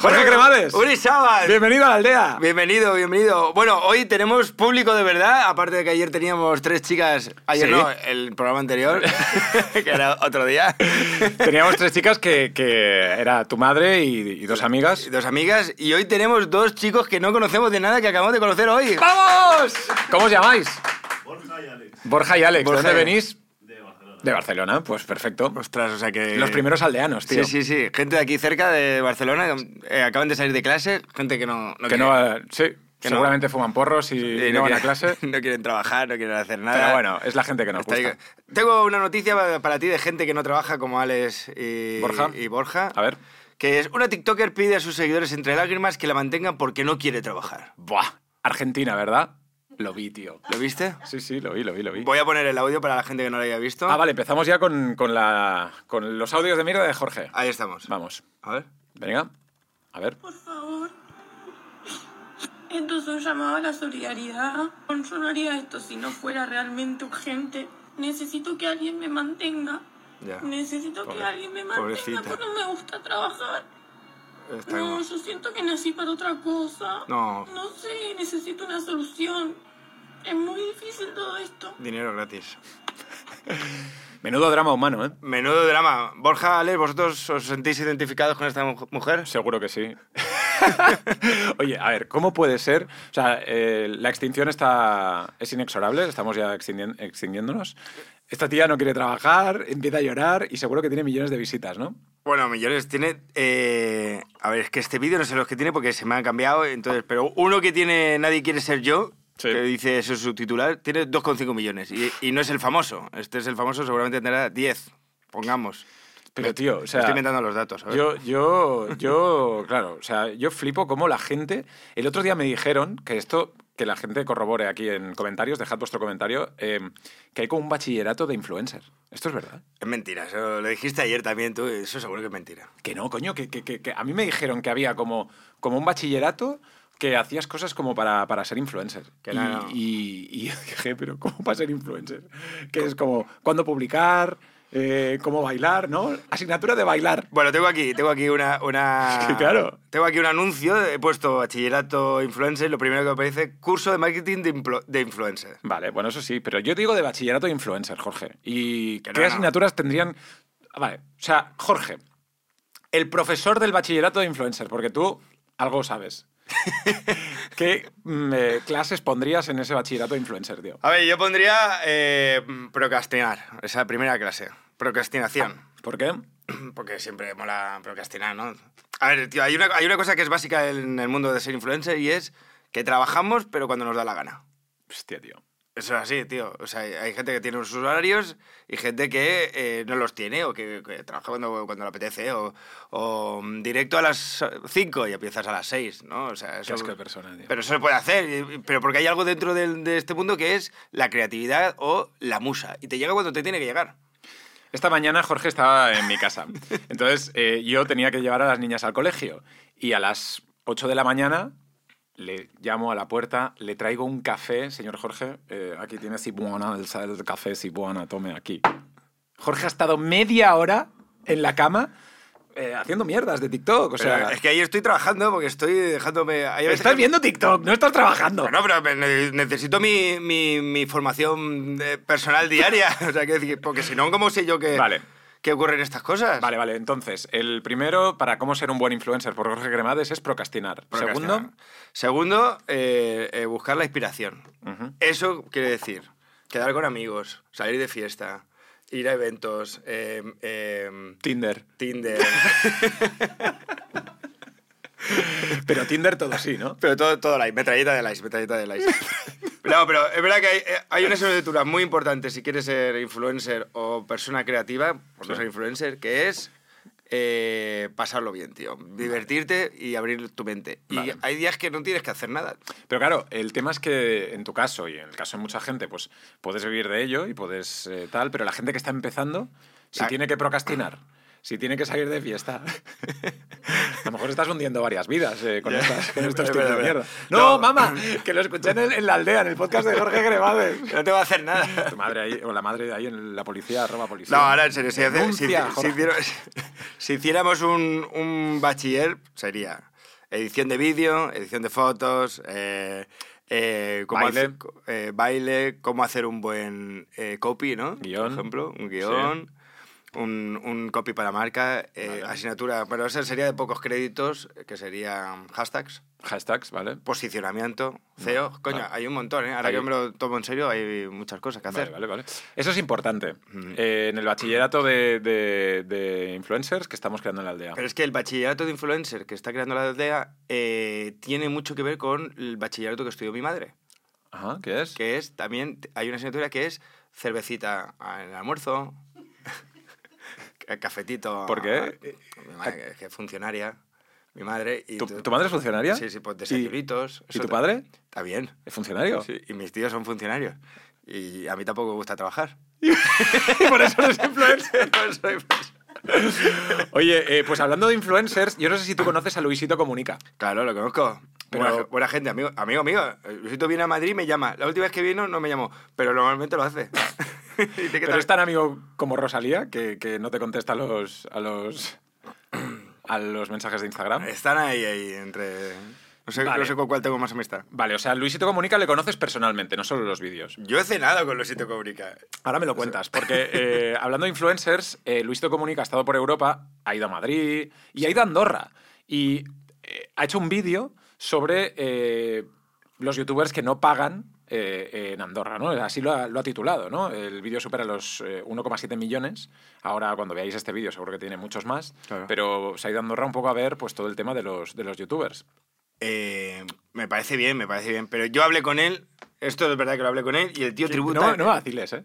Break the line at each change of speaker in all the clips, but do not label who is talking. Jorge Cremades.
Uri Sabas.
Bienvenido a la aldea.
Bienvenido, bienvenido. Bueno, hoy tenemos público de verdad, aparte de que ayer teníamos tres chicas, ayer
Sí.
no, el programa anterior, que era otro día,
Teníamos tres chicas que, que era tu madre y, y dos amigas.
dos amigas, y hoy tenemos dos chicos que no conocemos de nada que acabamos de conocer hoy.
¡Vamos! ¿Cómo os llamáis?
Borja y Alex,
Borja y Alex. ¿De
Borja
dónde
y-
venís?
de Barcelona.
De Barcelona, pues perfecto.
Ostras, o sea que...
Los primeros aldeanos, tío.
eh, Sí, sí, sí. Gente de aquí cerca de Barcelona, eh, acaban de salir de clase, gente que no...
Que no,
quiere-
eh, sí,
que no.
seguramente fuman porros y,
eh,
no, van a
quiere-
clase.
No quieren trabajar, no quieren hacer nada.
Pero bueno, es la gente que nos
Hasta ahí-
gusta.
Tengo una noticia pa- para ti de gente que no trabaja como Alex y
Borja.
Y Borja.
A ver.
Que es una TikToker pide a sus seguidores entre lágrimas que la mantengan porque no quiere trabajar.
Buah, Argentina, ¿verdad? Lo vi, tío.
¿Lo viste?
Sí, sí, lo vi, lo vi, lo vi.
Voy a poner el audio para la gente que no lo haya visto.
Ah, vale, empezamos ya con, con la, con los audios de mierda de Jorge.
Ahí estamos.
Vamos,
A ver.
venga. A ver.
Por favor. Entonces un llamado a la solidaridad. Yo no haría esto si no fuera realmente urgente. Necesito que alguien me mantenga.
Ya.
Necesito
Pobre-
que alguien me mantenga
pobrecita.
porque no me gusta trabajar.
Está
no,
como-
yo siento que nací para otra cosa.
No.
No sé, necesito una solución. Es muy difícil todo esto.
Dinero gratis.
Menudo drama humano, ¿eh?
Menudo drama. Borja, Alex, ¿vosotros os sentís identificados con esta mu- mujer?
Seguro que sí. Oye, a ver, ¿cómo puede ser? O sea, eh, la extinción está es inexorable, estamos ya extindien- extinguiéndonos. Esta tía no quiere trabajar, empieza a llorar y seguro que tiene millones de visitas, ¿no?
Bueno, millones tiene. eh, a ver, es que este vídeo no sé los que tiene porque se me han cambiado. Entonces, pero uno que tiene Nadie quiere ser yo,
Sí.
que dice eso es su titular, tiene 2,5 millones. Y, y no es el famoso. Este es el famoso, seguramente tendrá 10. Pongamos.
Pero tío, o sea,
Estoy inventando los datos. a ver.
yo yo yo claro, o sea, yo flipo cómo la gente el otro día me dijeron que esto que la gente corrobore aquí en comentarios, dejad vuestro comentario, eh, que hay como un bachillerato de influencers. ¿Esto es verdad?
Es mentira, eso lo dijiste ayer también tú. Eso seguro que es mentira.
Que no, coño, que, que- que- que a mí me dijeron que había como, como un bachillerato que hacías cosas como para, para ser influencer.
Que
y,
no, no.
y- y yo dije, pero ¿cómo para ser influencer? Que es como cuándo publicar, eh, cómo bailar, ¿no? Asignatura de bailar.
Bueno, tengo aquí, tengo aquí una, una-
Sí, claro.
Tengo aquí un anuncio, he puesto bachillerato influencer, lo primero que me aparece, curso de marketing de, implo- de influencer.
Vale, bueno, eso sí, pero yo digo de bachillerato de influencer, Jorge. ¿Y
Que no,
qué
no.
asignaturas tendrían...? Vale, o sea, Jorge, el profesor del bachillerato de influencer, porque tú algo sabes. ¿Qué mm, eh, clases pondrías en ese bachillerato de influencer, tío?
A ver, yo pondría eh, procrastinar, esa primera clase. Procrastinación.
¿Por qué?
Porque siempre mola procrastinar, ¿no? A ver, tío, hay una, hay una cosa que es básica en el mundo de ser influencer y es que trabajamos, pero cuando nos da la gana.
Hostia, tío.
Eso es así, tío. O sea, hay- hay gente que tiene sus horarios y gente que eh, no los tiene o que, que trabaja cuando, cuando le apetece. O, o, mm, directo a las 5 y empiezas a las 6, ¿no? O sea, eso,
asco de persona, tío.
Pero eso se puede hacer. y- y- Pero porque hay algo dentro del- de, este mundo que es la creatividad o la musa. Y te llega cuando te tiene que llegar.
Esta mañana Jorge estaba en mi casa. Entonces eh, yo tenía que llevar a las niñas al colegio. Y a las 8 de la mañana le llamo a la puerta, le traigo un café. Señor Jorge, eh, aquí tiene Sibuana, el, sal- el café Sibuana, tome aquí. Jorge ha estado media hora en la cama eh, haciendo mierdas de TikTok. O
Pero
sea,
es que ahí estoy trabajando porque estoy dejándome. hay veces
estás
que-
viendo TikTok, no estás trabajando.
Bueno, pero me- ne- necesito mi, mi- mi formación eh, personal diaria. o sea, que decir, porque si no, ¿cómo sé yo que,
Vale.
que ocurren estas cosas?
Vale, vale. Entonces, el primero para cómo ser un buen influencer por Jorge Cremades es procrastinar.
Procrastinar.
Segundo,
Segundo, eh, eh, buscar la inspiración.
Ujú.
Eso quiere decir quedar con amigos, salir de fiesta, ir a eventos, em, em,
Tinder.
Tinder.
Pero Tinder todo sí, ¿no?
pero todo, todo like, metralleta de likes, metralleta de likes. No, pero es verdad que hay, eh, hay una asignatura muy importante si quieres ser influencer o persona creativa, por no
Sí.
ser influencer, que es eh, pasarlo bien, tío. Divertirte y abrir tu mente.
Vale.
Y hay días que no tienes que hacer nada.
Pero claro, el tema es que en tu caso y en el caso de mucha gente, pues puedes vivir de ello y puedes eh, tal, pero la gente que está empezando, si
La-
tiene que procrastinar, si tiene que salir de fiesta. A lo mejor estás hundiendo varias vidas eh, con,
Ya.
estas, con
Es
estos
verdad,
tipos
verdad.
de mierda. No,
No.
mamá, que lo escuché en, el- en la aldea, en el podcast de Jorge Grebades.
No te va a hacer nada.
Tu madre ahí, o la madre de ahí, en la policía, arroba policía.
No, ahora en serio, si, hace- si-
Denuncia,
si- si
Jorge.
hiciera- si hiciéramos un, un bachiller, sería edición de vídeo, edición de fotos, eh, eh, cómo
Baile.
hace- co- eh, baile, cómo hacer un buen eh, copy, ¿no?
Guión.
Por ejemplo, un guión. Un, un copy para marca, eh, asignatura, pero esa sería de pocos créditos, que serían hashtags,
Hashtags, ¿vale?
posicionamiento, CEO, coño,
vale.
hay un montón, ¿eh? ahora
Hay-
que me lo tomo en serio hay muchas cosas que hacer.
Vale, vale, vale. Eso es importante. Eh, en el bachillerato de, de- de influencers que estamos creando en la aldea.
Pero es que el bachillerato de influencer que está creando la aldea eh, tiene mucho que ver con el bachillerato que estudió mi madre,
Ajá, ¿qué es?
que es también, hay una asignatura que es cervecita en el almuerzo, ca- cafetito.
¿Por qué?
a- mi madre, que- que es funcionaria, mi madre. Y
¿Tu,
tú-
tu madre es funcionaria?
Sí, sí, pues
¿Y-
desayunitos.
¿Y,
eso
tu
ta-
padre?
Está bien.
¿Es funcionario?
Sí, y mis tíos son funcionarios. Y a mí tampoco me gusta trabajar.
Por eso eres influencer.
No soy-
Oye, eh, pues hablando de influencers, yo no sé si tú conoces a Luisito Comunica.
Claro, lo conozco.
Pero-
buena, buena gente, amigo, amigo, eh, amigo. Luisito viene a Madrid y me llama. La última vez que vino no me llamó, pero normalmente lo hace. Dice que
Pero
tal-
es tan amigo como Rosalía que, que no te contesta a los, a los a los mensajes de Instagram.
Están ahí, ahí, entre... No sé,
Vale.
no sé con cuál tengo más amistad.
Vale, o sea, Luisito Comunica le conoces personalmente, no solo los vídeos.
Yo he cenado con Luisito Comunica.
Ahora me lo cuentas, porque eh, hablando de influencers, eh, Luisito Comunica ha estado por Europa, ha ido a Madrid y ha ido a Andorra. Y eh, ha hecho un vídeo sobre eh, los youtubers que no pagan eh, en Andorra, ¿no? Así lo ha, lo ha titulado, ¿no? El vídeo supera los eh, 1,7 millones. Ahora, cuando veáis este vídeo, seguro que tiene muchos más.
Claro.
Pero se ha ido a Andorra un poco a ver pues, todo el tema de los, de los youtubers.
Eh, me parece bien, me parece bien. Pero yo hablé con él, esto es verdad que lo hablé con él, y el tío tributa...
No, no me vaciles, ¿eh?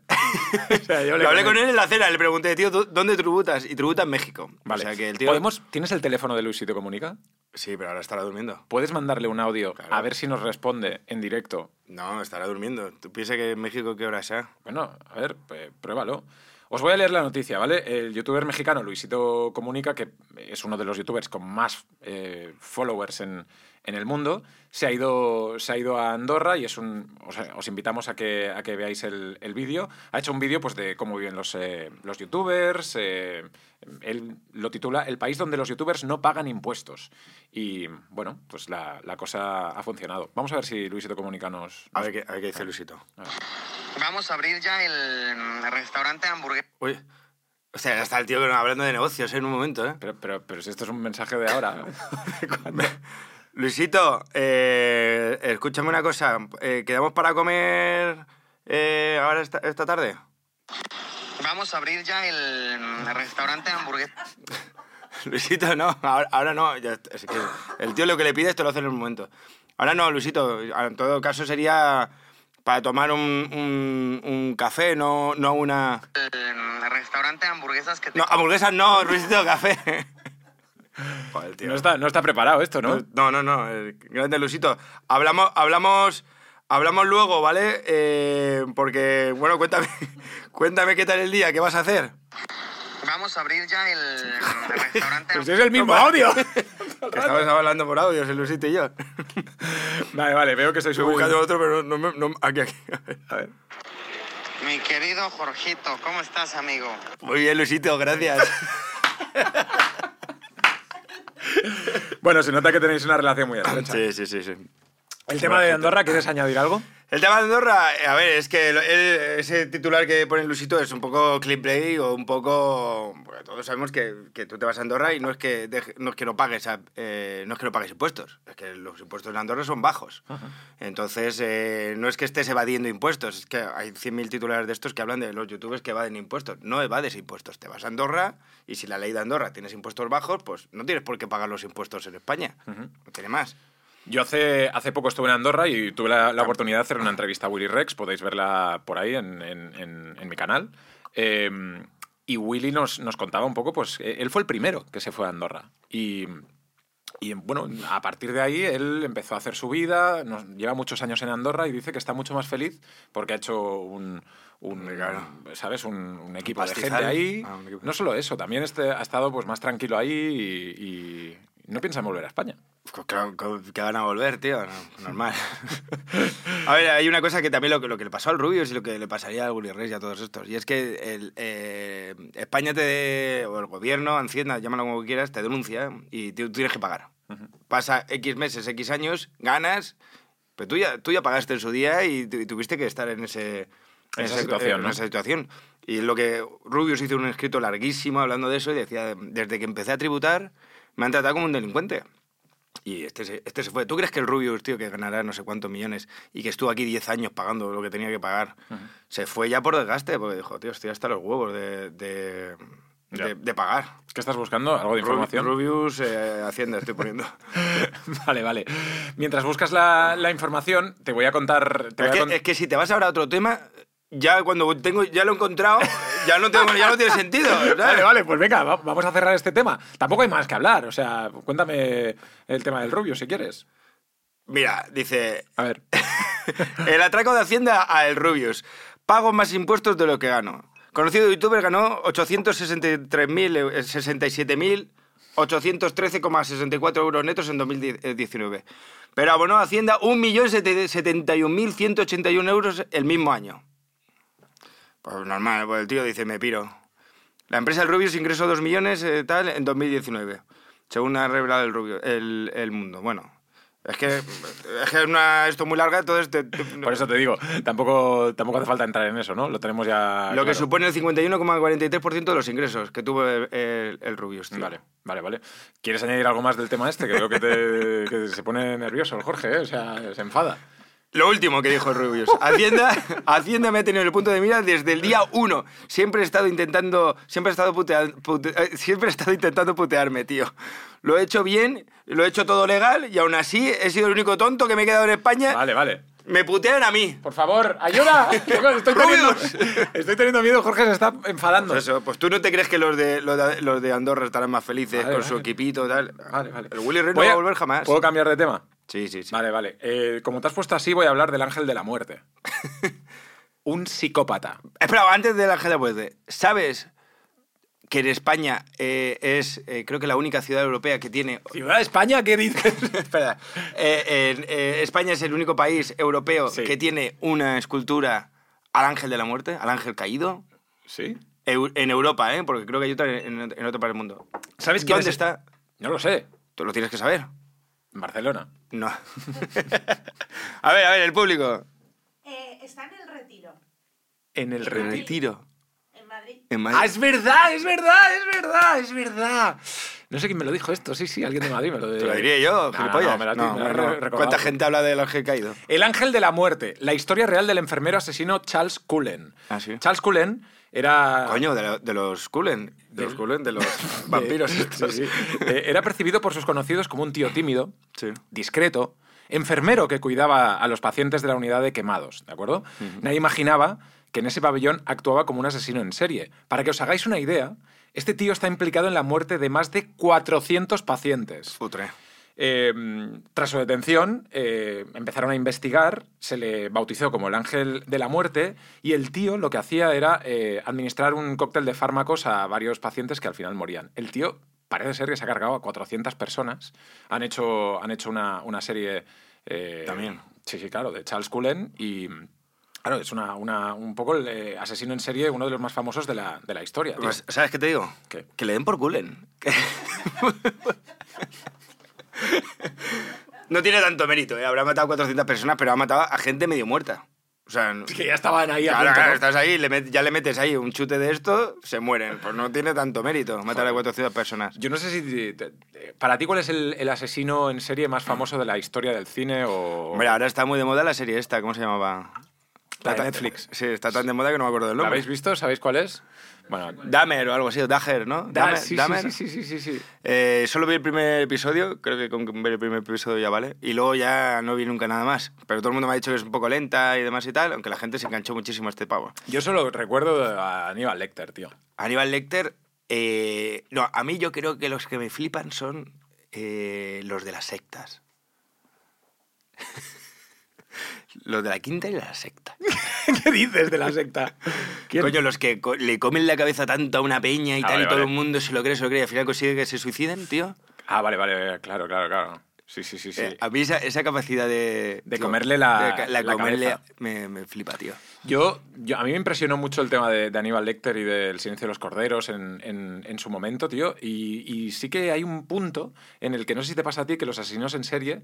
O sea, yo
Lo hablé con él en la cena, le pregunté, tío, ¿tú- ¿dónde tributas? Y tributa en México.
Vale.
O sea que el tío...
¿Podemos- ¿Tienes el teléfono de Luisito Comunica?
Sí, pero ahora estará durmiendo.
Puedes mandarle un audio
Claro.
a ver si nos responde en directo.
No, estará durmiendo. ¿Tú piensas que en México qué hora sea?
Bueno, a ver, pues, pruébalo. Os voy a leer la noticia, ¿vale? El youtuber mexicano Luisito Comunica, que es uno de los youtubers con más eh, followers en, en el mundo, se ha, ido, se ha ido a Andorra y es un. Os, os invitamos a que, a que veáis el, el vídeo. Ha hecho un vídeo pues, de cómo viven los, eh, los youtubers. eh, él lo titula El país donde los youtubers no pagan impuestos. Y bueno, pues la, la cosa ha funcionado. Vamos a ver si Luisito Comunica nos.
A ver qué, a ver qué dice Luisito.
Vamos a abrir ya el mm, restaurante hamburguesa.
Uy. O sea, ya está el tío que nos- hablando de negocios en un momento, ¿eh?
Pero, pero, pero si esto es un mensaje de ahora.
Luisito, eh, escúchame una cosa. eh, ¿Quedamos para comer eh, ahora esta, esta tarde?
Vamos a abrir ya el mm, restaurante hamburguesa.
Luisito, no, ahora, ahora no. ya est- es que el tío lo que le pide esto lo hace en un momento. Ahora no, Luisito. En todo caso sería para tomar un, un- un café, no, no una...
El mm, restaurante hamburguesas que te
No, hamburguesas no, Luisito, café. Joder, tío.
no, está, no está preparado esto, ¿no?
No, no, no. eh, Grande Luisito. Hablamos, hablamos, hablamos luego, ¿vale? Eh, porque, bueno, cuéntame, cuéntame qué tal el día, qué vas a hacer.
Vamos a abrir ya el mm, restaurante
Pues es el mismo audio.
Que estabas hablando por audios, el Luisito y yo.
vale, vale, veo que sois
Estoy
un...
buscando otro, pero no me. no- aquí, aquí. A ver.
hamburguesas. Mi querido Jorgito, ¿cómo estás, amigo?
Muy bien, Luisito, gracias.
Bueno, se nota que tenéis una relación muy estrecha.
Sí, sí, sí, sí.
El tema de Andorra, ¿quieres añadir algo?
El tema de Andorra, eh, a ver, es que lo- el- ese titular que pone Luisito es un poco clickbait o un poco... bueno, todos sabemos que, que tú te vas a Andorra y no es que, deje- no es que no pagues a- eh, no es que no pagues impuestos, es que los impuestos en Andorra son bajos. Entonces, eh, no es que estés evadiendo impuestos, es que hay 100.000 titulares de estos que hablan de los youtubers que evaden impuestos. No evades impuestos, te vas a Andorra y si la ley de Andorra tienes impuestos bajos, pues no tienes por qué pagar los impuestos en España. No tiene más.
Yo hace, hace poco estuve en Andorra y tuve la, la oportunidad de hacer una entrevista a Willy Rex, podéis verla por ahí en, en- en- en mi canal. Eh, e, y Willy nos, nos contaba un poco, pues eh, él fue el primero que se fue a Andorra. Y, Y bueno, a partir de ahí él empezó a hacer su vida, nos- lleva muchos años en Andorra y dice que está mucho más feliz porque ha hecho un, un- ¿sabes? Un, un equipo de
pastizal.
gente ahí.
Ah, un equipo.
no solo eso, también este, ha estado pues, más tranquilo ahí y, y no piensa en volver a España.
Pues Claro, co- que van a volver, tío. no, normal. a ver, hay una cosa que también lo, que- lo que le pasó al Rubius y lo que le pasaría al Willy Rex y a todos estos. Y es que el, eh, España te, o el gobierno, Hacienda, llámalo como quieras, te denuncia y tú tienes que pagar. Pasa X meses, X años, ganas, pero tú ya, tú ya pagaste en su día y, tu- y tuviste que estar en ese...
En esa
ese-
situación,
en
¿no?
esa situación. Y lo que Rubius hizo un escrito larguísimo hablando de eso y decía, desde que empecé a tributar, me han tratado como un delincuente. Y este se, este se fue. ¿Tú crees que el Rubius, tío, que ganará no sé cuántos millones y que estuvo aquí 10 años pagando lo que tenía que pagar, se fue ya por desgaste? Porque dijo, tío, estoy hasta los huevos de, de,
Ya.
de, de pagar.
¿Qué estás buscando? ¿Algo de
Ru-
información?
Rubius, eh, Hacienda, estoy poniendo.
vale, vale. Mientras buscas la, la información, te voy a contar... Te
Pero es,
voy a
que,
con-
es que si te vas ahora a otro tema, ya cuando tengo, ya lo he encontrado, ya no, tengo, ya no tiene sentido. ¿sabes?
Vale, vale, pues venga, va- vamos a cerrar este tema. Tampoco hay más que hablar, o sea, cuéntame el tema del rubio si quieres.
Mira, dice,
A ver.
El atraco de Hacienda a El Rubius. Pago más impuestos de lo que gano. Conocido youtuber ganó eh, 867.813,64 euros netos en 2019. Pero abonó a Hacienda 1.071.181 euros el mismo año. Pues normal, pues el tío dice, me piro. La empresa El Rubius ingresó 2 millones eh, tal en 2019, según ha revelado El, Rubius- el, el Mundo. Bueno, es que es, que es una, esto muy larga, entonces... te- te-
Por eso te digo, tampoco, tampoco hace falta entrar en eso, ¿no? Lo tenemos ya.
Lo que
Ah, claro.
supone el 51,43% de los ingresos que tuvo el, el- el Rubius. tío.
Vale, vale, vale. ¿Quieres añadir algo más del tema este? Que veo que, te- que se pone nervioso el Jorge, ¿eh? o sea, se enfada.
Lo último que dijo el Rubius. Hacienda, Hacienda me ha tenido en el punto de mira desde el día 1. Siempre he estado intentando, siempre he estado, putea- pute- eh, siempre he estado intentando putearme, tío. Lo he hecho bien, lo he hecho todo legal y aún así he sido el único tonto que me he quedado en España.
Vale, vale.
Me putean a mí.
Por favor, ayuda. Tengo- Estoy teniendo, estoy teniendo miedo, Jorge se está enfadando.
Pues eso, pues tú no te crees que los de, los de, los de Andorra estarán más felices
Vale,
con su
vale.
equipito y tal.
Vale, vale.
El Willy Rey no
Voy
va a volver jamás.
¿Puedo cambiar de tema?
Sí, sí, sí.
Vale, vale. Eh, como te has puesto así, voy a hablar del ángel de la muerte. Un psicópata.
Espera, antes de la Ángel de la Muerte, ¿sabes que en España eh, es, eh, creo que la única ciudad europea que tiene...
¿Ciudad de España? ¿Qué dices?
Espera, eh, eh, eh, España es el único país europeo
Sí.
que tiene una escultura al Ángel de la Muerte, al Ángel Caído.
¿Sí?
Eu- en Europa, ¿eh? Porque creo que hay otra en, en otra parte del mundo.
¿Sabes quién
¿Dónde
es? este?
está?
No lo sé.
Tú lo tienes que saber.
En Barcelona.
No. a ver, a ver, el público.
Eh, está en el retiro,
En el
En
retiro.
Retiro.
en Madrid.
En Madrid.
Ah, es verdad, es verdad, es verdad, es verdad. No sé quién me lo dijo esto. Sí, sí, alguien de Madrid me lo
Te lo diría yo,
No, no,
gilipollas.
no, me lo has-
No,
me lo has
no, no.
re- recordado.
¿Cuánta gente habla del Ángel Caído?
El ángel de la muerte. La historia real del enfermero asesino Charles Cullen.
Ah, sí.
Charles Cullen era...
Coño, de, lo- de los Cullen. De los Cullen, de los vampiros.
Eh,
estos.
sí, sí. Eh, Era percibido por sus conocidos como un tío tímido,
Sí.
discreto, enfermero que cuidaba a los pacientes de la unidad de quemados, ¿de acuerdo? Nadie imaginaba que en ese pabellón actuaba como un asesino en serie. Para que os hagáis una idea, este tío está implicado en la muerte de más de 400 pacientes.
Putre.
Eh, tras su detención, eh, empezaron a investigar, se le bautizó como el ángel de la muerte y el tío lo que hacía era eh, administrar un cóctel de fármacos a varios pacientes que al final morían. El tío parece ser que se ha cargado a 400 personas. Han hecho, han hecho una, una serie... eh,
También.
Sí, sí, claro, de Charles Cullen y... Claro, es una, una- un poco el eh, asesino en serie, uno de los más famosos de la, de la historia. tío.
Pues, ¿Sabes qué te digo?
¿Qué?
Que le den por Cullen. Que- no tiene tanto mérito, ¿eh? Habrá matado a 400 personas, pero ha matado a gente medio muerta. O sea, n-
que ya estaban ahí a
claro,
punto,
claro,
¿no?
estás ahí, le met- ya le metes ahí un chute de esto, se mueren. Pues no tiene tanto mérito matar a 400 personas.
Yo no sé si. te- te- te- para ti, ¿cuál es el, el asesino en serie más famoso de la historia del cine o.
Hombre, ahora está muy de moda la serie esta, ¿cómo se llamaba?
La de
Está tan-
Netflix.
Sí, está tan de moda que no me acuerdo del
¿La
nombre.
habéis visto? ¿Sabéis cuál es? Bueno,
Dahmer o algo así, o Dager, ¿no? Dahmer,
sí, sí,
Dahmer.
sí, sí, sí, sí, sí.
Eh, solo vi el primer episodio, creo que con ver el primer episodio ya vale, y luego ya no vi nunca nada más. Pero todo el mundo me ha dicho que es un poco lenta y demás y tal, aunque la gente se enganchó muchísimo a este pavo.
Yo solo recuerdo a Aníbal Lecter, tío.
Aníbal Lecter, eh, no, a mí yo creo que los que me flipan son eh, los de las sectas. los de la quinta y la secta.
¿Qué dices de la secta? ¿Quién?
Coño, los que co- le comen la cabeza tanto a una peña y
Ah,
tal,
vale,
y todo
vale.
el mundo se lo cree, se lo cree, y al final consigue que se suiciden, tío.
Ah, vale, vale, vale, claro, claro, claro. Sí, sí, sí, sí.
Eh, a mí esa, esa capacidad de...
De
tío,
comerle la-
de ca- la
la
comerle-
cabeza.
me, me flipa, tío.
Yo, yo- a mí me impresionó mucho el tema de, de Aníbal Lecter y del silencio de los corderos en, en- en su momento, tío. Y, y sí que hay un punto en el que no sé si te pasa a ti que los asesinos en serie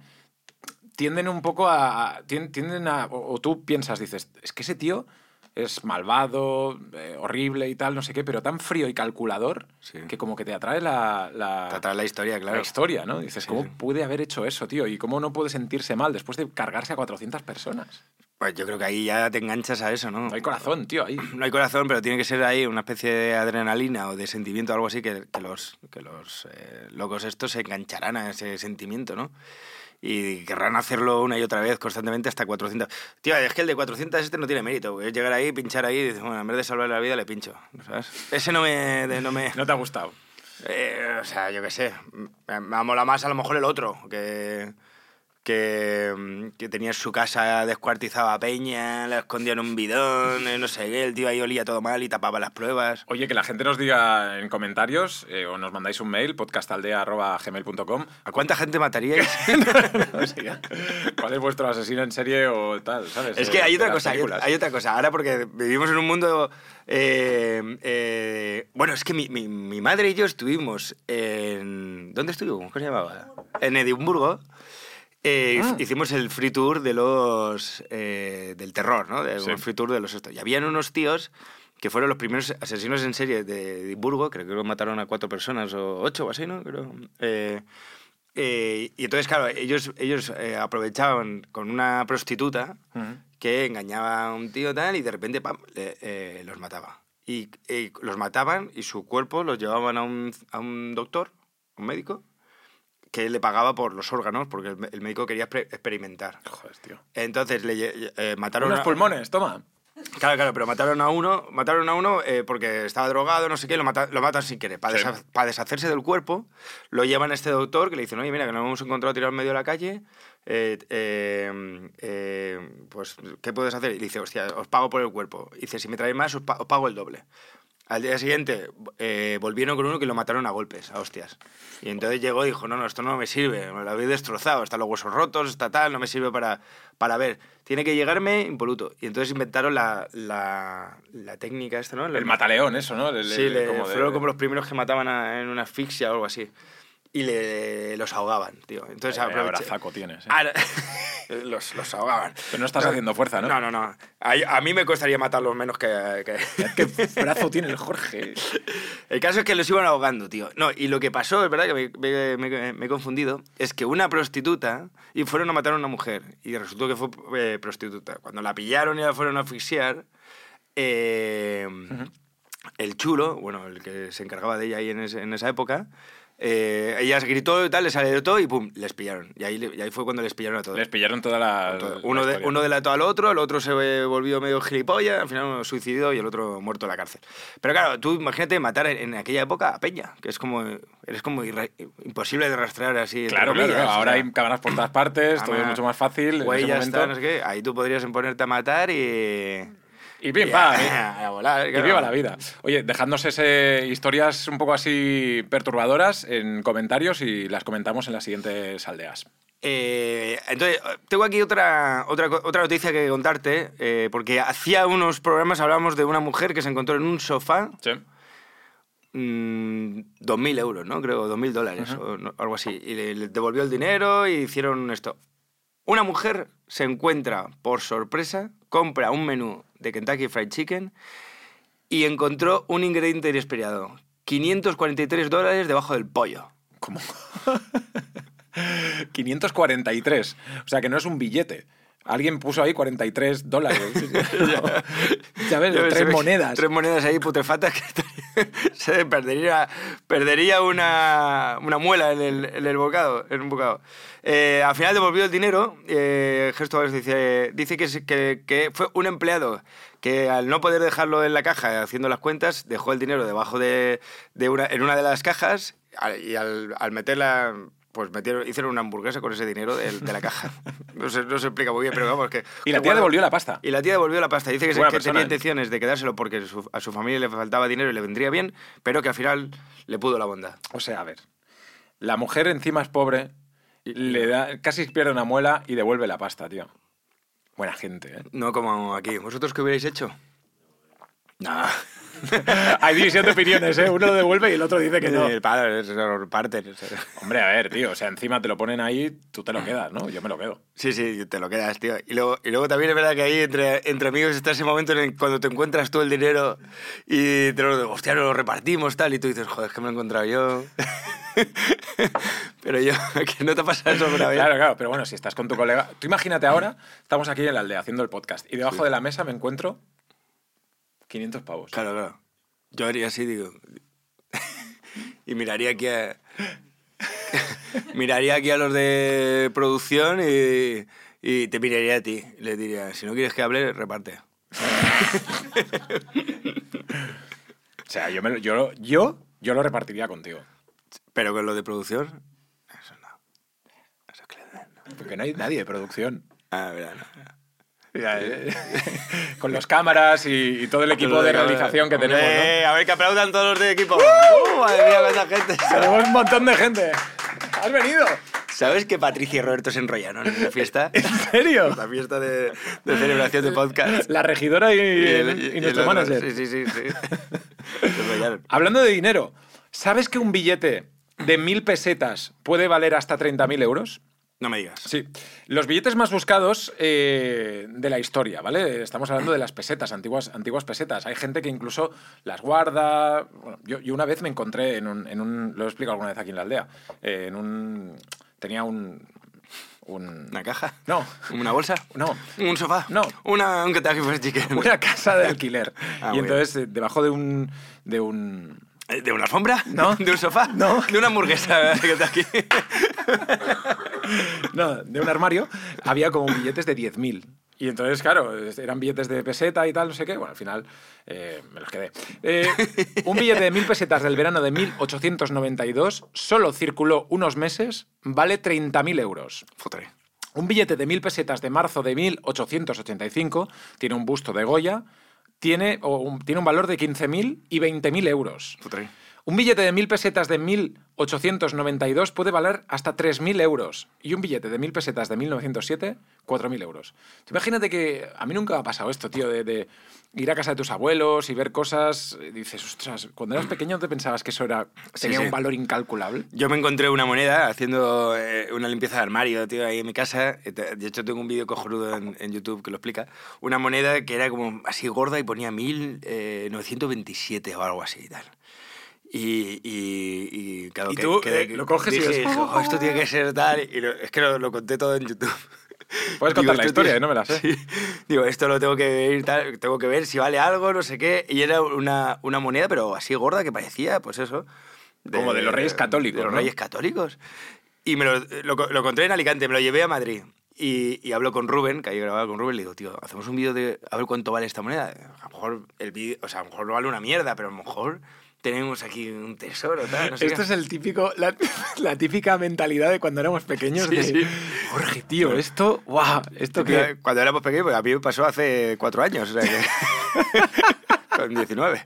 tienden un poco a. a- tien- tienden a o, o tú piensas, dices, es que ese tío es malvado, eh, horrible y tal, no sé qué, pero tan frío y calculador
Sí.
que como que te atrae la. la-
Tratar la historia, claro.
la historia, ¿no? Dices,
Sí,
¿cómo
sí.
puede haber hecho eso, tío? ¿Y cómo no puede sentirse mal después de cargarse a 400 personas?
Pues yo creo que ahí ya te enganchas a eso, ¿no?
No hay corazón, tío, ahí.
No hay corazón, pero tiene que ser ahí una especie de adrenalina o de sentimiento, algo así, que, que los, que los eh, locos estos se engancharán a ese sentimiento, ¿no? Y querrán hacerlo una y otra vez constantemente hasta 400. Tío, es que el de 400 este no tiene mérito, porque es llegar ahí, pinchar ahí y dices, bueno, en vez de salvar la vida le pincho, ¿no ¿sabes? Ese no me... de- no me
No te ha gustado.
eh, o sea, yo qué sé, me, me ha molado más a lo mejor el otro, que, que, mm, que tenía en su casa descuartizada a Peña, la escondía en un bidón, eh, no sé qué, el tío ahí olía todo mal y tapaba las pruebas.
Oye, que la gente nos diga en comentarios eh, o nos mandáis un mail, podcastaldea.gmail.com.
¿A cuánta gente mataríais?
O sea, ¿Cuál es vuestro asesino en serie o tal? ¿sabes?
Es
Eh,
que hay
de
otra
las
cosa, hay,
películas.
hay otra cosa. Ahora porque vivimos en un mundo... eh, eh, bueno, es que mi, mi- mi madre y yo estuvimos en... ¿Dónde estuvimos? ¿Cómo se llamaba? En Edimburgo. Eh,
Ah.
hic- Hicimos el free tour de los... eh, del terror, ¿no? De,
Sí.
Un free tour de los... esto. Y habían unos tíos que fueron los primeros asesinos en serie de Edimburgo. Creo que mataron a cuatro personas o ocho o así, ¿no? Creo. Eh, eh, y entonces, claro, ellos, ellos eh, aprovechaban con una prostituta
Ujú.
que engañaba a un tío tal y de repente pam, le- eh, los mataba. Y eh, los mataban y su cuerpo los llevaban a un, a un doctor, un médico, que le pagaba por los órganos porque el, el médico quería exper- experimentar.
Joder, tío.
Entonces le lle- eh, mataron
Unos
a-
pulmones, toma.
Claro, claro, pero mataron a uno, mataron a uno eh, porque estaba drogado, no sé qué, lo, mata- lo matan sin querer. Para,
Sí.
deshacerse del cuerpo, lo llevan a este doctor que le dicen, oye, mira, que nos hemos encontrado tirado en medio de la calle, eh, eh, eh, pues, ¿qué puedes hacer? Y dice, hostia, os pago por el cuerpo. Y dice, si me traéis más, os, pa- os pago el doble. Al día siguiente eh, volvieron con uno que lo mataron a golpes, a hostias. Y entonces llegó y dijo, no, no, esto no me sirve, me lo habéis destrozado, están los huesos rotos, está tal, no me sirve para, para ver. Tiene que llegarme impoluto. Y entonces inventaron la, la, la técnica esta, ¿no?
El mataleón, eso, ¿no? El-
Sí,
el-
le-
como de-
fueron como los primeros que mataban a- en una asfixia o algo así. Y le, los ahogaban, tío. Entonces
Vaya
aproveché-
abrazaco tienes, ¿eh?
Ahora- los, los ahogaban.
Pero no estás haciendo fuerza, ¿no?
Ah, No, no, no. A, a mí me costaría matarlos menos que- que...
Mirad ¿Qué brazo tiene el Jorge?
El caso es que los iban ahogando, tío. No, y lo que pasó, es verdad que me, me- me- me he confundido, es que una prostituta y fueron a matar a una mujer y resultó que fue eh, prostituta. Cuando la pillaron y la fueron a asfixiar, eh, el chulo, bueno, el que se encargaba de ella ahí en, ese- en esa época, eh, ella gritó y tal, les alertó y pum, les pillaron. Y ahí, le- y ahí fue cuando les pillaron a todos.
Les pillaron toda la.
Todo.
la
Uno, de,
historia.
uno delató al otro, el otro se eh, volvió medio gilipollas, al final uno suicidó y el otro muerto en la cárcel. Pero claro, tú imagínate matar en, en aquella época a Peña, que es como, eres como irre- imposible de rastrear así. entre
Claro, claro,
comillas,
claro.
o
Ahora
sea,
hay cámaras por todas partes, todo es
además,
mucho más fácil. en ese
huellas,
momento.
tal, no sé qué, ahí tú podrías ponerte a matar y...
Y pim,
y
pam. ¿eh?
a, a volar,
Y
claro.
viva la vida. Oye, dejadnos ese- historias un poco así perturbadoras en comentarios y las comentamos en las siguientes aldeas.
Eh, entonces, eh, tengo aquí otra, otra, co- otra noticia que contarte, eh, porque hacía unos programas hablábamos de una mujer que se encontró en un sofá
Sí.
mm, 2.000 euros, ¿no? Creo, 2.000 dólares o no- algo así. Y le, le devolvió el dinero y hicieron esto. Una mujer se encuentra, por sorpresa, compra un menú de Kentucky Fried Chicken y encontró un ingrediente inesperado. 543 dólares debajo del pollo.
¿Cómo? 543. O sea que no es un billete. Alguien puso ahí 43 dólares. ¿Sabes?
Yo sé
Tres
que-
monedas.
Tres monedas ahí putrefactas que se perdería, perdería una, una muela en el, en el bocado. En un bocado. Eh, al final devolvió el dinero. Eh, Gesto Valls dice, dice que, se- que, que fue un empleado que al no poder dejarlo en la caja haciendo las cuentas, dejó el dinero debajo de, de una, en una de las cajas al- y al, al meterla Pues metieron, hicieron una hamburguesa con ese dinero del- de, la caja. No se, no se explica muy bien, pero vamos que...
Y la tía devolvió la pasta.
Y la tía devolvió la pasta. Dice que,
Buena
que
persona,
tenía
¿eh?
intenciones de quedárselo porque su- a su familia le faltaba dinero y le vendría bien, pero que al final le pudo la bondad.
O sea, a ver. La mujer encima es pobre, le da, casi pierde una muela y devuelve la pasta, tío. Buena gente, ¿eh?
No como aquí. ¿Vosotros qué hubierais hecho? No.
Hay división de opiniones, ¿eh? Uno lo devuelve y el otro dice que no.
El padre se lo parten. o sea.
Eh, Hombre, a ver, tío. O sea, encima te lo ponen ahí, tú te lo quedas, ¿no? Yo me lo quedo.
Sí, sí, te lo quedas, tío. Y luego, y luego también es verdad que ahí entre, entre amigos está ese momento en el, cuando te encuentras tú el dinero y te lo, hostia, lo repartimos, tal, y tú dices, joder, es que me lo he encontrado yo. Pero yo, que no te pasa eso una vez.
Claro, claro, pero bueno, si estás con tu colega. Tú imagínate ahora, estamos aquí en la aldea haciendo el podcast y debajo de la mesa me encuentro 500 pavos.
Claro, claro. Yo haría así, digo. y miraría aquí a. miraría aquí a los de producción y, y te miraría a ti. Les diría, si no quieres que hable, reparte.
O sea, yo, me lo- yo, lo- yo, yo lo repartiría contigo.
Pero con lo de producción, eso no. Eso es que le den, ¿no?
Porque no hay nadie de producción.
Ah, verdad, no.
Ya, eh, con los cámaras y, y todo el equipo
Lo
de realización que
Hombre,
tenemos, ¿no?
A ver, que aplaudan todos los de equipo. ¡Uh, madre mía, cuánta gente!
Tenemos un montón de gente. ¿Has venido?
¿Sabes que Patricia y Roberto se enrollaron en la fiesta?
¿En serio?
la fiesta de, de celebración de podcast.
La regidora y,
Y
y
el- y el
nuestro
otro.
manager.
Sí, sí, sí. sí. Se enrollaron.
Hablando de dinero, ¿sabes que un billete de mil pesetas puede valer hasta 30.000 euros?
No me digas.
Sí. Los billetes más buscados eh, de la historia, ¿vale? Estamos hablando de las pesetas, antiguas, antiguas pesetas. Hay gente que incluso las guarda. Bueno, yo, yo una vez me encontré en un, en un- Lo he explicado alguna vez aquí en la aldea. eh, en un. Tenía un. un-
¿Una caja?
No.
¿Una bolsa?
No.
¿Un sofá?
No.
Una, ¿Un Kentucky Fried Chicken?
Una casa de alquiler.
Ah,
y
muy
entonces, eh, debajo de un. de un.
¿De una alfombra?
No.
¿De un sofá?
No.
¿De una hamburguesa Kentucky?
No, de un armario, había como billetes de 10.000. Y entonces, claro, eran billetes de peseta y tal, no sé qué. Bueno, al final eh, me los quedé. Eh, un billete de 1.000 pesetas del verano de 1892 solo circuló unos meses, vale 30.000 euros.
Fotre.
Un billete de 1.000 pesetas de marzo de 1885 tiene un busto de Goya, tiene, o un- tiene un valor de 15.000 y 20.000 euros.
Fotre.
Un billete de 1.000 pesetas de 1892 puede valer hasta 3.000 euros. Y un billete de 1.000 pesetas de 1907, 4.000 euros. Tú Imagínate que a mí nunca me ha pasado esto, tío, de, de ir a casa de tus abuelos y ver cosas. Y dices, ostras, cuando eras pequeño te pensabas que eso era,
Sí,
tenía
sí.
un valor incalculable.
Yo me encontré una moneda haciendo eh, una limpieza de armario, tío, ahí en mi casa. Eh, te- De hecho, tengo un vídeo cojonudo en, en YouTube que lo explica. Una moneda que era como así gorda y ponía 1927 o algo así y tal. Y, y, y claro,
Y tú,
que,
eh, lo coges y
dije,
ves,
"Jo, esto tiene que ser tal. Y lo- es que lo, lo conté todo en YouTube.
Puedes
Digo,
contar la
"Esto
historia,
tiene-
eh, no me la sé.
Sí. Digo, esto lo tengo que ver, tal, tengo que ver si vale algo, no sé qué. Y era una, una moneda, pero así gorda que parecía, pues eso.
Como de los Reyes Católicos,
De los
¿no?
Reyes Católicos. Y me lo, lo, lo encontré en Alicante, me lo llevé a Madrid. Y, y hablo con Rubén, que ahí grababa con Rubén, le digo, tío, hacemos un vídeo de a ver cuánto vale esta moneda. A lo mejor el vídeo, o sea, a lo mejor no vale una mierda, pero a lo mejor tenemos aquí un tesoro, tal, no sé
Esto
qué".
es el típico, la, la típica mentalidad de cuando éramos pequeños.
Sí,
de,
sí.
Jorge, tío, esto, guau, esto
Tío,
que...
Cuando éramos pequeños, pues, a mí me pasó hace cuatro años, o sea que... con 19.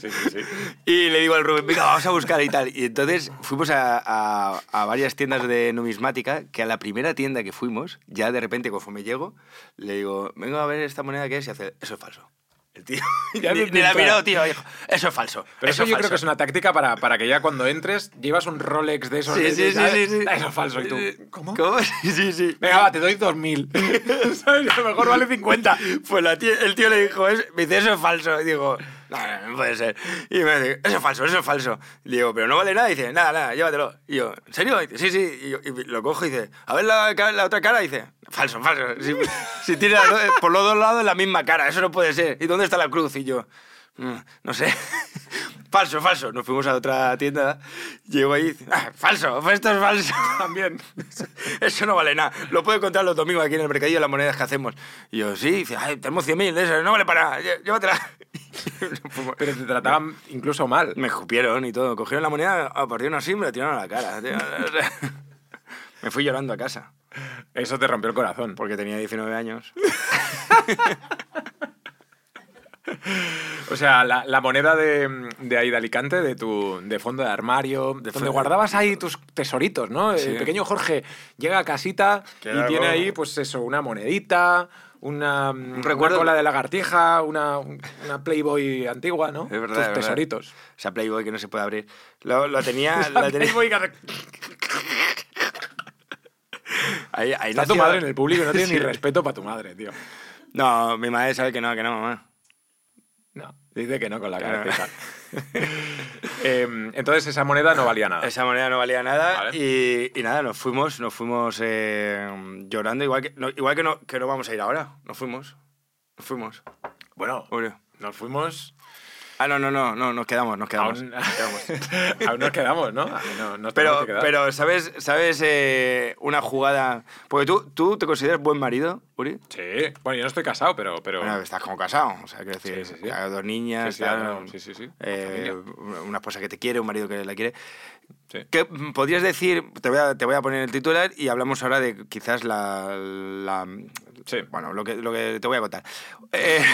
sí, sí, sí.
Y le digo al Rubén, venga, vamos a buscar y tal. Y entonces fuimos a, a- a varias tiendas de numismática, que a la primera tienda que fuimos, ya de repente, conforme llego, le digo, vengo a ver esta moneda que es, y hace, eso es falso. El tío,
Ya
ni,
me
ni la
pinta.
miró, tío, dijo, eso es falso.
Pero eso, yo
falso".
creo que es una táctica para, para que ya cuando entres llevas un Rolex de esos.
Sí,
de-
sí, sí,
¿sabes?
sí, sí. Eh,
Ah, Eso es falso. Y tú, ¿cómo?
¿Cómo? Sí, sí, sí.
Venga, va, te doy 2000. ¿Sabes? A lo mejor vale 50.
Pues la tía- el tío le dijo, "Es- me dice, eso es falso. Y digo, no, no, no puede ser. Y me dice, eso es falso, eso es falso. Le digo, pero no vale nada. Y dice, nada, nada, llévatelo. Y yo, ¿en serio? Y dice, sí, sí. Y, yo- y lo cojo y dice, a ver la, ca- la otra cara. Y dice, falso, falso. Si, si tiene las do- por los dos lados la misma cara, eso no puede ser. ¿Y dónde está la cruz? Y yo, "Mm, no sé. Falso, falso. Nos fuimos a otra tienda. Llego ahí y dice, "Ah, falso, pues esto es falso también. Eso no vale nada. Lo puedes contar los domingos aquí en el mercadillo de las monedas que hacemos. Y yo, sí, dice, "Ay, tenemos 100.000 de esas, no vale para nada, llé- llévatela.
Pero te trataban incluso mal.
Me escupieron y todo. Cogieron la moneda, ah, partieron así y me la tiraron a la cara. tío. Me fui llorando a casa
Eso te rompió el corazón.
porque tenía 19 años.
O sea, la, la moneda de, de ahí de Alicante, de tu de fondo de armario, donde
fondo-
guardabas ahí tus tesoritos, ¿no?
Sí.
El pequeño Jorge llega a casita
Que
y
era
tiene
algo-
ahí, pues eso, una monedita, una, una
recuerdo-
cola de lagartija, una, una Playboy antigua, ¿no?
Es verdad,
tus
es verdad.
tesoritos.
Esa Playboy que no se puede abrir. Lo, lo tenía... la tenía-
Playboy que-
Ahí- ahí
Está tu
nació-
madre en el público, no tienes
Sí.
ni respeto para tu madre, tío.
No, mi madre sabe que no, que no, mamá.
No, dice que no con la
Claro.
cabeza. Em, entonces esa moneda no valía nada.
Esa moneda no valía nada
Ah. Vale.
y, y nada, nos fuimos, nos fuimos eh, llorando, igual, que no, igual que, no, que no vamos a ir ahora. Nos fuimos, nos fuimos.
Bueno,
Julio.
nos fuimos
Ah, no, no, no, no, nos quedamos, nos quedamos.
Aún,
nos quedamos.
aún nos quedamos, ¿no?
Ah,
No, nos tenemos
Pero,
que quedar.
pero ¿sabes, sabes eh, una jugada? Porque tú, tú te consideras buen marido, Uri.
Sí, bueno, yo no estoy casado, pero... pero...
Bueno, estás como casado, o sea, quiero decir,
Sí, sí, sí.
claro, dos niñas,
Sí, sí,
tal,
no, sí, sí, sí, con
eh, una esposa que te quiere, un marido que la quiere.
sí.
¿Qué podrías decir? Te voy, a, te voy a poner el titular y hablamos ahora de quizás la. la-
Sí.
Bueno, lo que, lo que te voy a contar. Eh,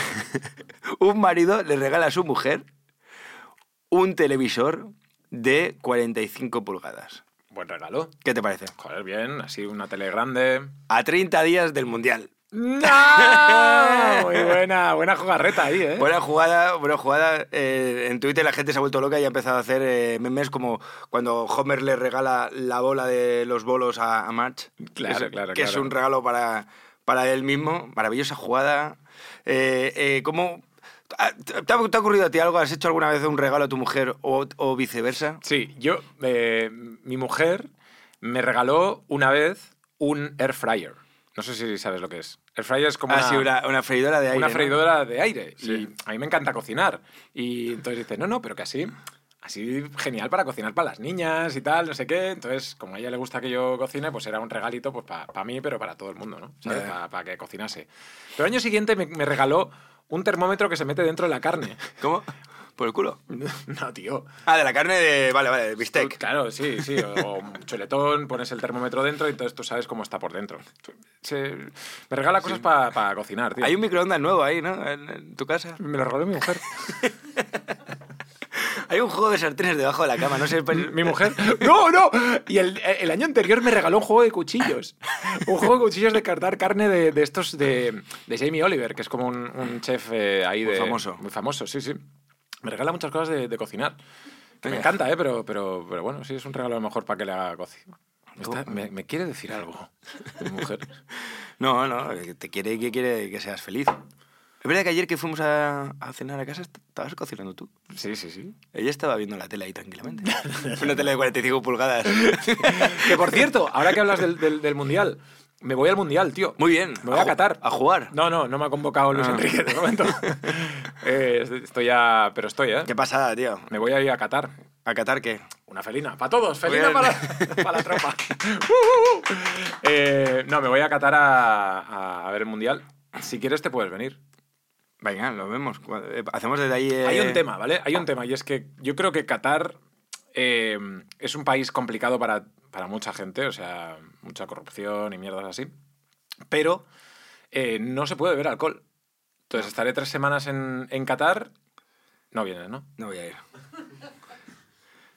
un marido le regala a su mujer un televisor de 45 pulgadas.
Buen regalo.
¿Qué te parece?
Joder, bien, así una tele grande.
A 30 días del Mundial.
¡No! Muy buena, buena jugarreta ahí, ¿eh?
Buena jugada, buena jugada. Eh, en Twitter la gente se ha vuelto loca y ha empezado a hacer eh, memes como cuando Homer le regala la bola de los bolos a, a March.
Claro,
que es,
claro,
que es
claro.
un regalo para, para él mismo. Maravillosa jugada. Eh, eh, ¿Cómo...? ah, ¿Te te ha, te ha ocurrido a ti algo? ¿Has hecho alguna vez un regalo a tu mujer o, o viceversa?
Sí, yo, eh, mi mujer me regaló una vez un air fryer. No sé si sabes lo que es. Air fryer es como
Como
una-
Ah, una, una freidora de aire.
una
¿no?
freidora de aire.
Sí.
Y a mí me encanta cocinar. Y entonces dice, no, no, pero que así, así genial para cocinar para las niñas y tal, no sé qué. Entonces, como a ella le gusta que yo cocine, pues era un regalito pues para mí, pero para todo el mundo, ¿no?
Ya.
Para que cocinase. Pero el año siguiente me, me regaló un termómetro que se mete dentro de la carne.
¿Cómo? ¿Por el culo?
no, tío.
Ah, de la carne de... Vale, vale, de
Tú,
bistec.
Claro, sí, sí. O, o un chuletón, pones el termómetro dentro y entonces tú sabes cómo está por dentro. Se- me regala cosas para cocinar, tío.
Hay un microondas nuevo ahí, ¿no? En- en tu casa.
Me lo regaló mi mujer.
Hay un juego de sartenes debajo de la cama, no sé. pues-
Mi mujer. ¡No, no! Y el, el año anterior me regaló un juego de cuchillos. Un juego de cuchillos de cortar carne de, de estos de, de Jamie Oliver, que es como un, un chef eh, ahí
Muy
de.
famoso.
Muy famoso, sí, sí. Me regala muchas cosas de, de cocinar. Que me
Venga.
encanta, ¿eh? Pero, pero, pero bueno, sí, es un regalo a lo mejor para que le haga cocina. me, me quiere decir algo, mi mujer.
No, no, que te quiere que quiere que seas feliz. Es verdad que ayer que fuimos a, a cenar a casa est- estabas cocinando tú.
Sí, sí, sí.
Ella estaba viendo la tele ahí tranquilamente. Una tele de 45 pulgadas.
Que por cierto, ahora que hablas del, del- del mundial, me voy al mundial, tío.
Muy bien.
Me voy a
ju-
Qatar.
A jugar.
No, no, no me ha convocado Luis
Ah.
Enrique de momento. Eh, estoy ya, pero estoy, ¿eh?
Qué pasada, tío.
Me voy a ir a Qatar.
¿A Qatar qué?
Una felina, para todos, felina
Bien.
para, para la tropa. Uh, uh, uh. Eh, no, me voy a Qatar a, a- a ver el mundial. Si quieres, te puedes venir.
Venga, lo vemos. Cu- eh, Hacemos desde ahí... eh,
Hay un tema, ¿vale? Hay un tema, y es que yo creo que Qatar eh, es un país complicado para, para mucha gente, o sea, mucha corrupción y mierdas así. Pero eh, no se puede beber alcohol. Entonces estaré tres semanas en, en Qatar. No vienes, ¿no?
No voy a ir.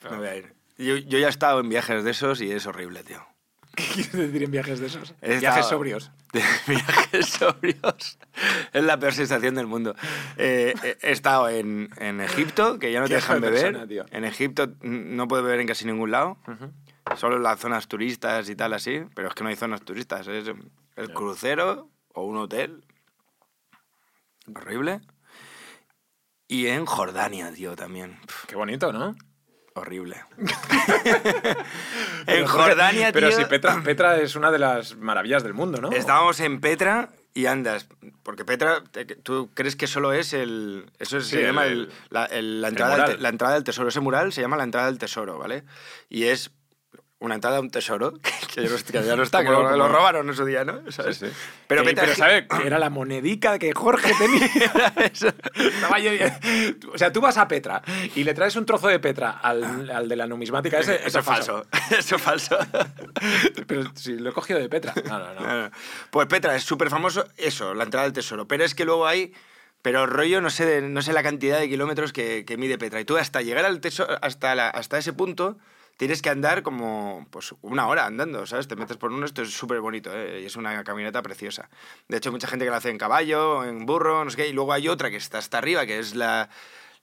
No voy a ir. Yo, yo ya he estado en viajes de esos y es horrible, tío.
¿Qué quieres decir en viajes de esos?
He
Viajes
estado-
sobrios.
de viajes sobrios. Es la peor sensación del mundo. Eh, eh, he estado en, en Egipto, que ya no te
Qué hijo
dejan
de
beber.
persona, tío.
en Egipto mm, no puedes beber en casi ningún lado. Solo en las zonas turistas y tal así. Pero es que no hay zonas turistas. Es el crucero o un hotel. Horrible. Y en Jordania, tío, también. Pf,
Qué bonito, ¿no?
horrible. en
Pero, joder,
Jordania,
Pero
tío.
si Petra, Petra es una de las maravillas del mundo, ¿no?
Estábamos en Petra y andas. Porque Petra, te- ¿tú crees que solo es el. Eso se
Sí,
llama
el-
el-
el-
la, el- la
el
entrada al te-
mural.
la entrada del tesoro. Ese mural se llama la entrada del tesoro, ¿vale? Y es una entrada a un tesoro que ya no, que ya no está, que
Como-
lo, lo
como-
robaron en su día, ¿no? ¿Sabes?
Sí, sí.
Pero
Que-
Petra.
pero ¿sabes? Que Era la monedica que Jorge tenía. Estaba yo- o sea, tú vas a Petra y le traes un trozo de Petra al, al de la numismática. Ese,
Eso es falso. Eso es falso.
Pero si lo he cogido de Petra. No, no, no.
No, no. Pues Petra, es súper famoso eso, la entrada del tesoro. Pero es que luego hay. Pero rollo, no sé, de- no sé la cantidad de kilómetros que, que mide Petra. Y tú hasta llegar al tesoro, hasta, la- hasta ese punto, tienes que andar como pues, una hora andando, ¿sabes? Te metes por uno, esto es súper bonito, ¿eh? y es una caminata preciosa. De hecho, hay mucha gente que la hace en caballo, en burro, no sé qué. Y luego hay otra que está hasta arriba, que es la,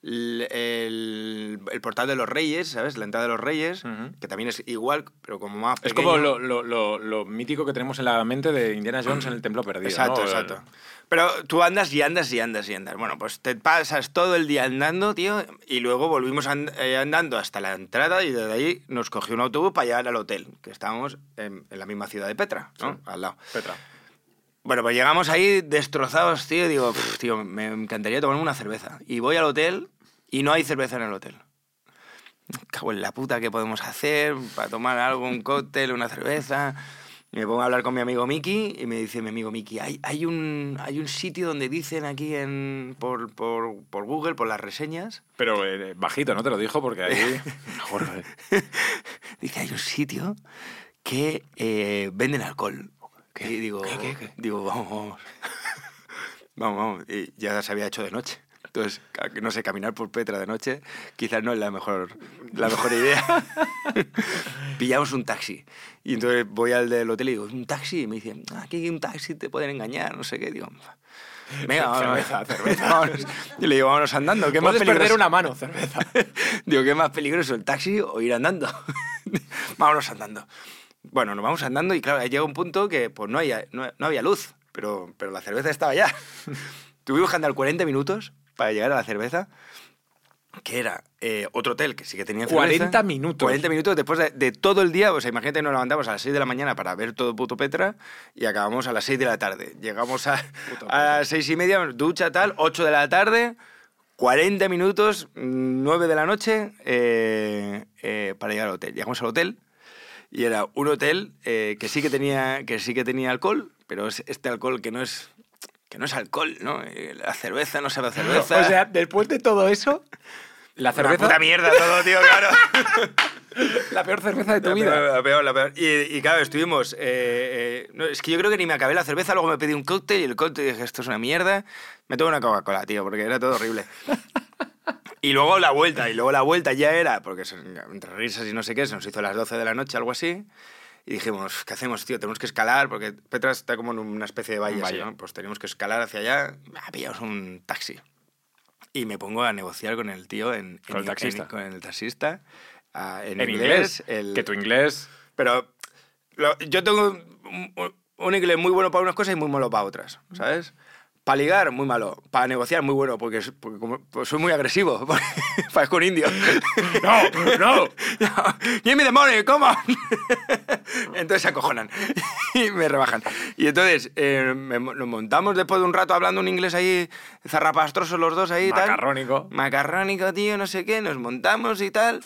l- el, el portal de los reyes, ¿sabes? La entrada de los reyes,
Ujú.
que también es igual, pero como más
Es como
pequeño.
lo, lo- lo- lo mítico que tenemos en la mente de Indiana Jones en el Templo Perdido.
Exacto,
¿no?
exacto. Pero tú andas y andas y andas y andas. Bueno, pues te pasas todo el día andando, tío, y luego volvimos and- eh, andando hasta la entrada y desde ahí nos cogió un autobús para llegar al hotel, que estábamos en, en la misma ciudad de Petra, ¿no?
Sí.
Al lado.
Petra.
Bueno, pues llegamos ahí destrozados, tío, y digo, "Pff, tío, me encantaría tomarme una cerveza. Y voy al hotel y no hay cerveza en el hotel. Cago en la puta, ¿qué podemos hacer para tomar algo, un cóctel, una cerveza? Y me pongo a hablar con mi amigo Miki y me dice mi amigo Miki, hay, hay, un, hay un sitio donde dicen aquí en, por, por, por Google, por las reseñas,
Pero eh, bajito, ¿no? Te lo dijo porque ahí... Jorge.
dice, hay un sitio que eh, venden alcohol. y digo, digo, vamos, vamos. vamos, vamos. Y ya se había hecho de noche. Entonces, ca- no sé, caminar por Petra de noche quizás no es la mejor, la mejor idea. Pillamos un taxi. Y entonces voy al del hotel y digo, ¿un taxi? Y me dicen, aquí hay un taxi, te pueden engañar, no sé qué. Digo, venga, vámonos.
Cerveza, cerveza.
Vámonos. Y le digo, vámonos andando, que es más
Puedes perder
peligroso.
una mano, cerveza.
Digo, ¿qué es más peligroso, el taxi o ir andando? Vámonos andando. Bueno, nos vamos andando y claro, ahí llega un punto que pues no había, no, no había luz, pero, pero la cerveza estaba ya. Tuvimos que andar 40 minutos para llegar a la cerveza, que era eh, otro hotel que sí que tenía cerveza.
40 minutos.
40 minutos después de, de todo el día. O sea, imagínate, nos levantamos a las 6 de la mañana para ver todo puto Petra y acabamos a las 6 de la tarde. Llegamos a, a las 6 y media, ducha tal, 8 de la tarde, 40 minutos, 9 de la noche eh, eh, para llegar al hotel. Llegamos al hotel y era un hotel eh, que, sí que, tenía, que sí que tenía alcohol, pero es este alcohol que no es... Que no es alcohol, ¿no? Eh, La cerveza no sabe a
O
cerveza.
sea, después de todo eso... La
una
cerveza...
puta mierda todo, tío, claro.
La peor cerveza de tu
La
vida.
peor, la peor, la peor. Y, y claro, estuvimos. eh, eh, no, es que yo creo que ni me acabé la cerveza, luego me pedí un cóctel y el cóctel dije, esto es una mierda. Me tomé una Coca-Cola, tío, porque era todo horrible. Y luego la vuelta, y luego la vuelta ya era, porque se- entre risas y no sé qué, se nos hizo a las 12 de la noche, algo así. Y dijimos, ¿qué hacemos, tío? Tenemos que escalar, porque Petra está como en una especie de valle,
Un
así,
valle.
¿no? Pues tenemos que escalar hacia allá. Ah, pillamos un taxi. Y me pongo a negociar con el tío en...
Con el
en-
taxista.
en- con el taxista. ah, en,
En
inglés.
inglés,
el-
que tu inglés...
pero lo- yo tengo un, un- un inglés muy bueno para unas cosas y muy malo para otras, ¿sabes? Para ligar, muy malo. Para negociar, muy bueno, porque, es- porque como- pues soy muy agresivo. Para con indio.
¡No! ¡No!
No, Give me the money, come on. entonces se acojonan y me rebajan. Y entonces eh, me- nos montamos después de un rato hablando un inglés ahí, zarrapastrosos los dos ahí. tal.
Macarrónico.
Macarrónico, tío, no sé qué, nos montamos y tal.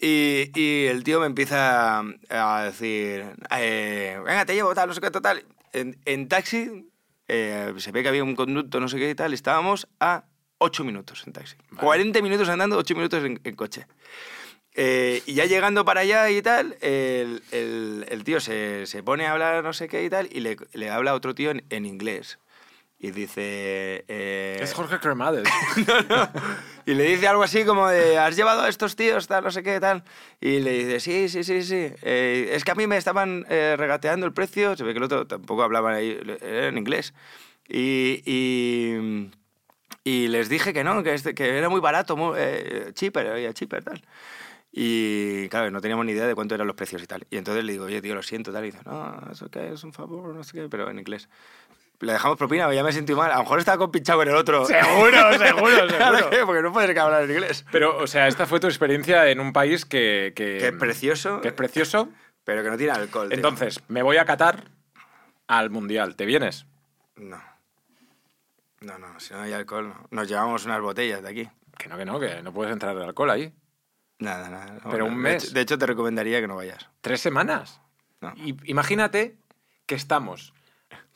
Y, y el tío me empieza a decir, eh, venga, te llevo, tal, no sé qué, total. En, en taxi eh, se ve que había un conducto, no sé qué y tal. Estábamos a 8 minutos en taxi. 40 minutos andando, 8 minutos en- en coche. Eh, y ya llegando para allá y tal, el, el- el tío se, se pone a hablar no sé qué y tal, y le, le habla a otro tío en, en inglés. Y dice... eh,
Es Jorge Cremades.
y le dice algo así como de, ¿has llevado a estos tíos, tal, no sé qué, tal? Y le dice, sí, sí, sí, sí. Eh, es que a mí me estaban eh, regateando el precio, se ve que el otro tampoco hablaba ahí, era en inglés. Y, y, y les dije que no, que, este- que era muy barato, muy, eh, cheaper, oye, cheaper, tal. Y claro, no teníamos ni idea de cuánto eran los precios y tal. Y entonces le digo, oye, tío, lo siento, tal. Y dice, no, eso que es un favor, no sé qué, pero en inglés. Le dejamos propina, ya me sentí mal. A lo mejor estaba compinchado con el otro.
Seguro, seguro,
Claro,
seguro.
¿qué? Porque no puede ser que hablar en inglés.
Pero, o sea, esta fue tu experiencia en un país que... Que,
Que es precioso,
Em, que es precioso.
pero que no tiene alcohol. tío.
Entonces, me voy a Qatar al Mundial. ¿Te vienes?
No. No, no, si no hay alcohol, no. Nos llevamos unas botellas de aquí.
Que no, que no, que no puedes entrar de alcohol ahí.
Nada, nada. no,
Pero
no.
un
De
mes.
hecho- De hecho, te recomendaría que no vayas.
Tres semanas.
No.
Y- imagínate que estamos,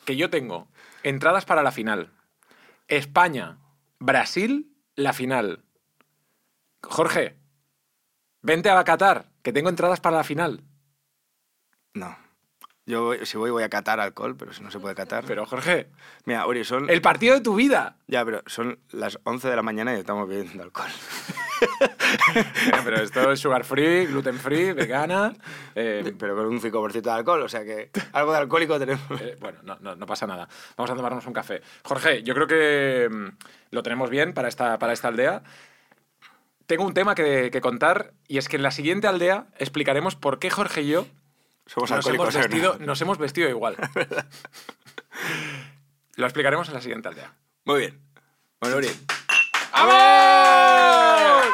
que yo tengo entradas para la final. España, Brasil, la final. Jorge, vente a Qatar, que tengo entradas para la final.
No. Yo voy- si voy, voy a catar alcohol, pero si no se puede catar.
Pero Jorge,
Mira, Uri, son.
el partido de tu vida.
Ya, pero son las 11 de la mañana y estamos bebiendo alcohol.
Eh, Pero esto es sugar free, gluten free, vegana. eh,
Pero con un 5% de alcohol, o sea que algo de alcohólico tenemos.
Eh, bueno, no, no, no pasa nada. Vamos a tomarnos un café. Jorge, yo creo que mm, lo tenemos bien para esta, para esta aldea. Tengo un tema que, que contar y es que en la siguiente aldea explicaremos por qué Jorge y yo
Somos
nos hemos,
alcohólicos. ¿eh?
vestido, nos hemos vestido igual. lo explicaremos en la siguiente aldea.
Muy bien. Bueno, Uri.
¡Vamos!